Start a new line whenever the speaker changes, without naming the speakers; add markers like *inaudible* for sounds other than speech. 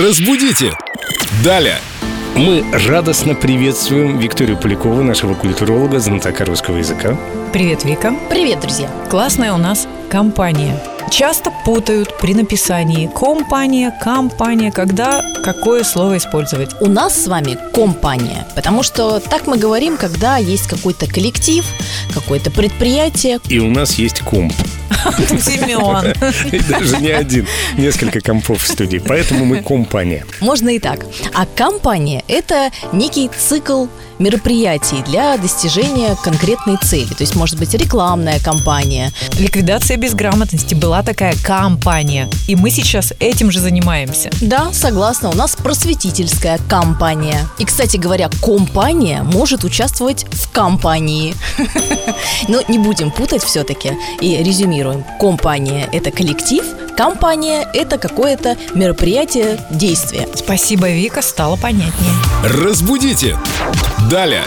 Разбудите! Далее!
Мы радостно приветствуем Викторию Полякову, нашего культуролога, знатока русского языка.
Привет, Вика.
Привет, друзья!
Классная у нас компания. Часто путают при написании компания, компания, когда какое слово использовать. *laughs*
У нас с вами компания, потому что так мы говорим, когда есть какой-то коллектив, какое-то предприятие.
И у нас есть комп.
Семен.
И даже не один, несколько компов в студии. Поэтому мы компания.
Можно и так. А компания – это некий цикл мероприятий для достижения конкретной цели. То есть, может быть, рекламная кампания.
Ликвидация безграмотности была такая компания. И мы сейчас этим же занимаемся.
Да, согласна, у нас просветительская кампания. И, кстати говоря, компания может участвовать в кампании. *laughs* Но не будем путать все-таки. И резюмируем. Компания – это коллектив, компания – это какое-то мероприятие, действие.
Спасибо, Вика, стало понятнее.
Разбудите! Далее!